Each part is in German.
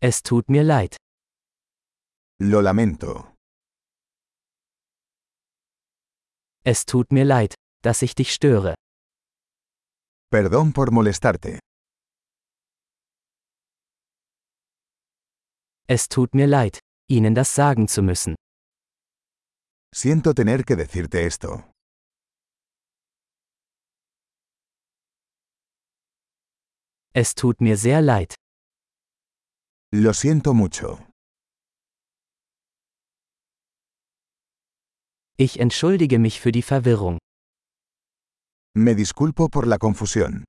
Es tut mir leid. Lo lamento. Es tut mir leid, dass ich dich störe. Perdón por molestarte. Es tut mir leid, Ihnen das sagen zu müssen. Siento tener que decirte esto. Es tut mir sehr leid. Lo siento mucho. Ich entschuldige mich für die Verwirrung. Me disculpo por la confusión.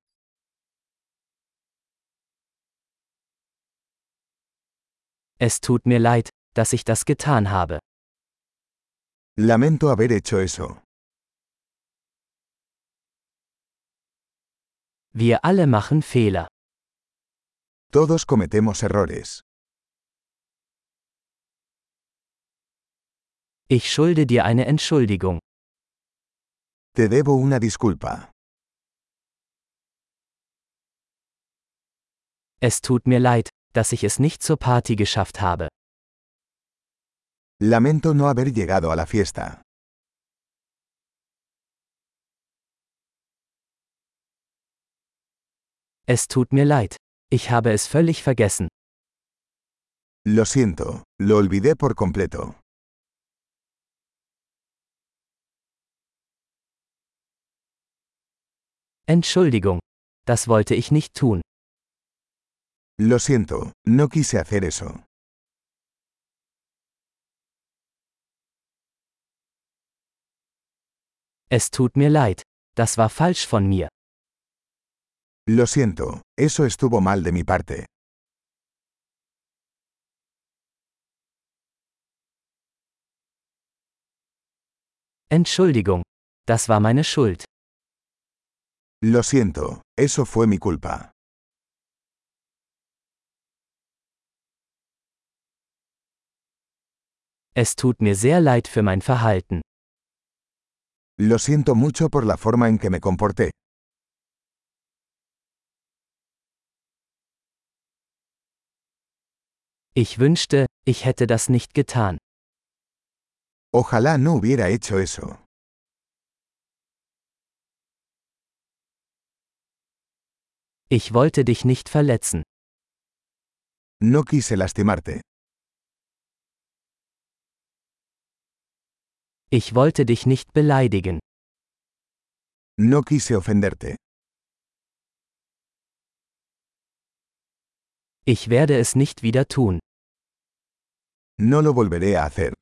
Es tut mir leid, dass ich das getan habe. Lamento haber hecho eso. Wir alle machen Fehler. Todos cometemos errores. Ich schulde dir eine Entschuldigung. Te debo una disculpa. Es tut mir leid, dass ich es nicht zur Party geschafft habe. Lamento no haber llegado a la fiesta. Es tut mir leid. Ich habe es völlig vergessen. Lo siento, lo olvidé por completo. Entschuldigung. Das wollte ich nicht tun. Lo siento, no quise hacer eso. Es tut mir leid. Das war falsch von mir. Lo siento, eso estuvo mal de mi parte. Entschuldigung. Das war meine Schuld. Lo siento, eso fue mi culpa. Es tut mir sehr leid für mein Verhalten. Lo siento mucho por la forma en que me comporté. Ich wünschte, ich hätte das nicht getan. Ojalá no hubiera hecho eso. Ich wollte dich nicht verletzen. No quise lastimarte. Ich wollte dich nicht beleidigen. No quise ofenderte. Ich werde es nicht wieder tun. No lo volveré a hacer.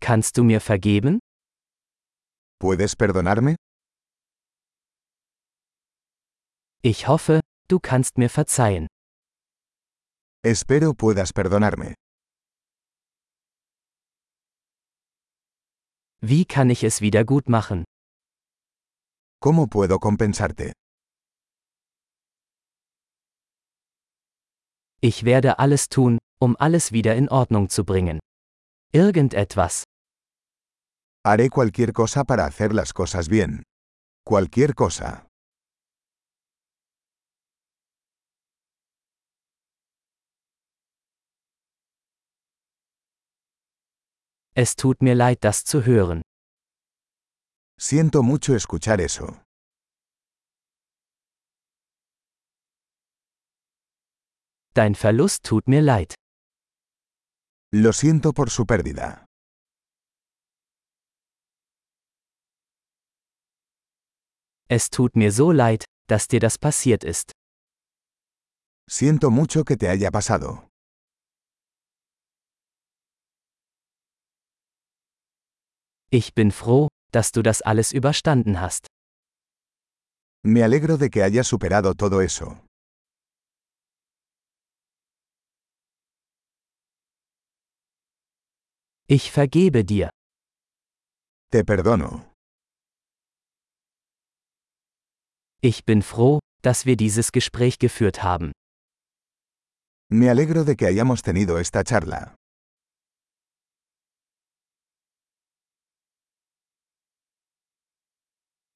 Kannst du mir vergeben? ¿Puedes perdonarme? Ich hoffe, du kannst mir verzeihen. Espero puedas perdonarme. Wie kann ich es wieder gut machen? ¿Cómo puedo compensarte? Ich werde alles tun, um alles wieder in Ordnung zu bringen. Irgendetwas. Haré cualquier cosa para hacer las cosas bien. Cualquier cosa. Es tut mir leid, das zu hören. Siento mucho escuchar eso. Dein Verlust tut mir leid. Lo siento por su pérdida. Es tut mir so leid, dass dir das passiert ist. Siento mucho que te haya pasado. Ich bin froh, dass du das alles überstanden hast. Me alegro de que hayas superado todo eso. Ich vergebe dir. Te perdono. Ich bin froh, dass wir dieses Gespräch geführt haben. Me alegro de que hayamos tenido esta charla.